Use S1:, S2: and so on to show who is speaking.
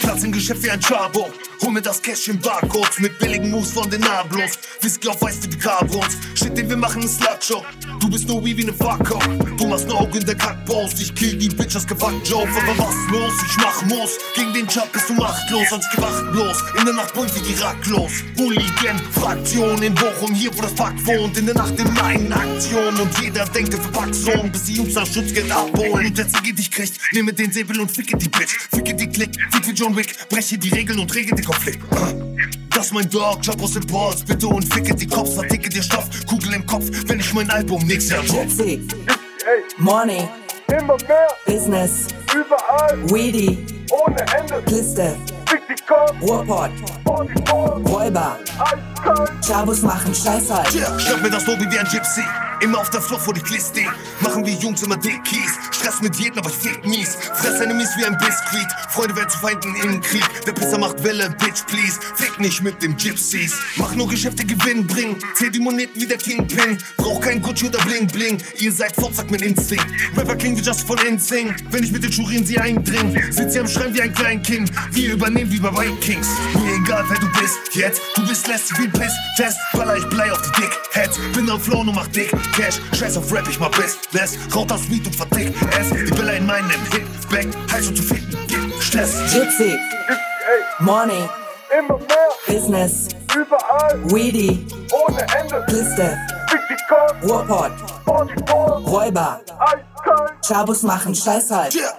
S1: Platz im Geschäft wie ein Chabo. Hol mir das Cash im Barcode mit billigen Moves von den Nablos. Whisky auf Weiß für die Carbons. Shit, den wir machen, ist Slutshop. Du bist nur wie wie ne Fucker. Du machst ne Augen in der Kackpause. Ich kill die Bitches gewackt, Joe. Aber was los? Ich mach muss. Gegen den Jump bist du machtlos, sonst gewacht bloß. In der Nacht brüllt wie die Racklos. Hooligan, Fraktion in Bochum, hier wo das Pack wohnt. In der Nacht in meinen Aktionen. Und jeder denkt, er verpackt Sohn, bis die Jungs nach Schutzgeld abholen. Und der Ziggy dich kriegt, nehme den Säbel und ficke die Bitch. Ficke die Klick, fick wie John Wick. Breche die Regeln und regel den Konflikt. Äh, Das ist mein Dog, Job aus dem Balls, bitte und ficke die Cops, verticke dir Stoff, Kugel im Kopf, wenn ich mein Album nächstes Jahr drop.
S2: Jitsi, Money,
S3: Immer mehr,
S2: Business,
S3: überall,
S2: Weedy,
S3: ohne Ende.
S2: Liste,
S3: Fick die Kopf,
S2: Ruhrpott,
S3: vor die Form,
S2: Räuber,
S3: eiskalt.
S2: Chavos machen Scheiß halt.
S1: Yeah. Schnapp mir das Lobby wie ein Gypsy. Immer auf der Flucht vor die Kliste. Machen wir Jungs immer Dickies. Stress mit jedem, aber ich fick mies. Fress Enemies wie ein Biskuit. Freunde werden zu Feinden im Krieg. Der Pisser macht Welle, Bitch, please. Fick nicht mit dem Gypsies. Mach nur Geschäfte Gewinn bringen. Zähl die Moneten wie der Kingpin. Brauch keinen Gucci oder Bling Bling. Ihr seid fort, sagt mein Instinkt. Rapper klingen wie Just von Insing. Wenn ich mit den Schurin sie eindring, sitzt sie am Schrein wie ein Kleinkind. Wir übernehmen wie bei Vikings. Mir egal, wer du bist, jetzt. Du bist lästig wie ein Piss. Test, baller ich Blei auf die Dickheads. Bin am Flow und mach dick Cash. Scheiß auf Rap, ich mach Business. Rauch das Weed und verdick es. Die Bälle in meinem Hitback. Heiß und zu ficken, gibt Stress.
S2: Jitsi, Money,
S3: Immer mehr,
S2: Business,
S3: überall,
S2: Weedy,
S3: ohne Ende.
S2: Liste,
S3: Fick die Kopf,
S2: Ruhrpott,
S3: vor die Form,
S2: Räuber,
S3: eiskalt.
S2: Chavos machen Scheiß halt.
S1: Yeah.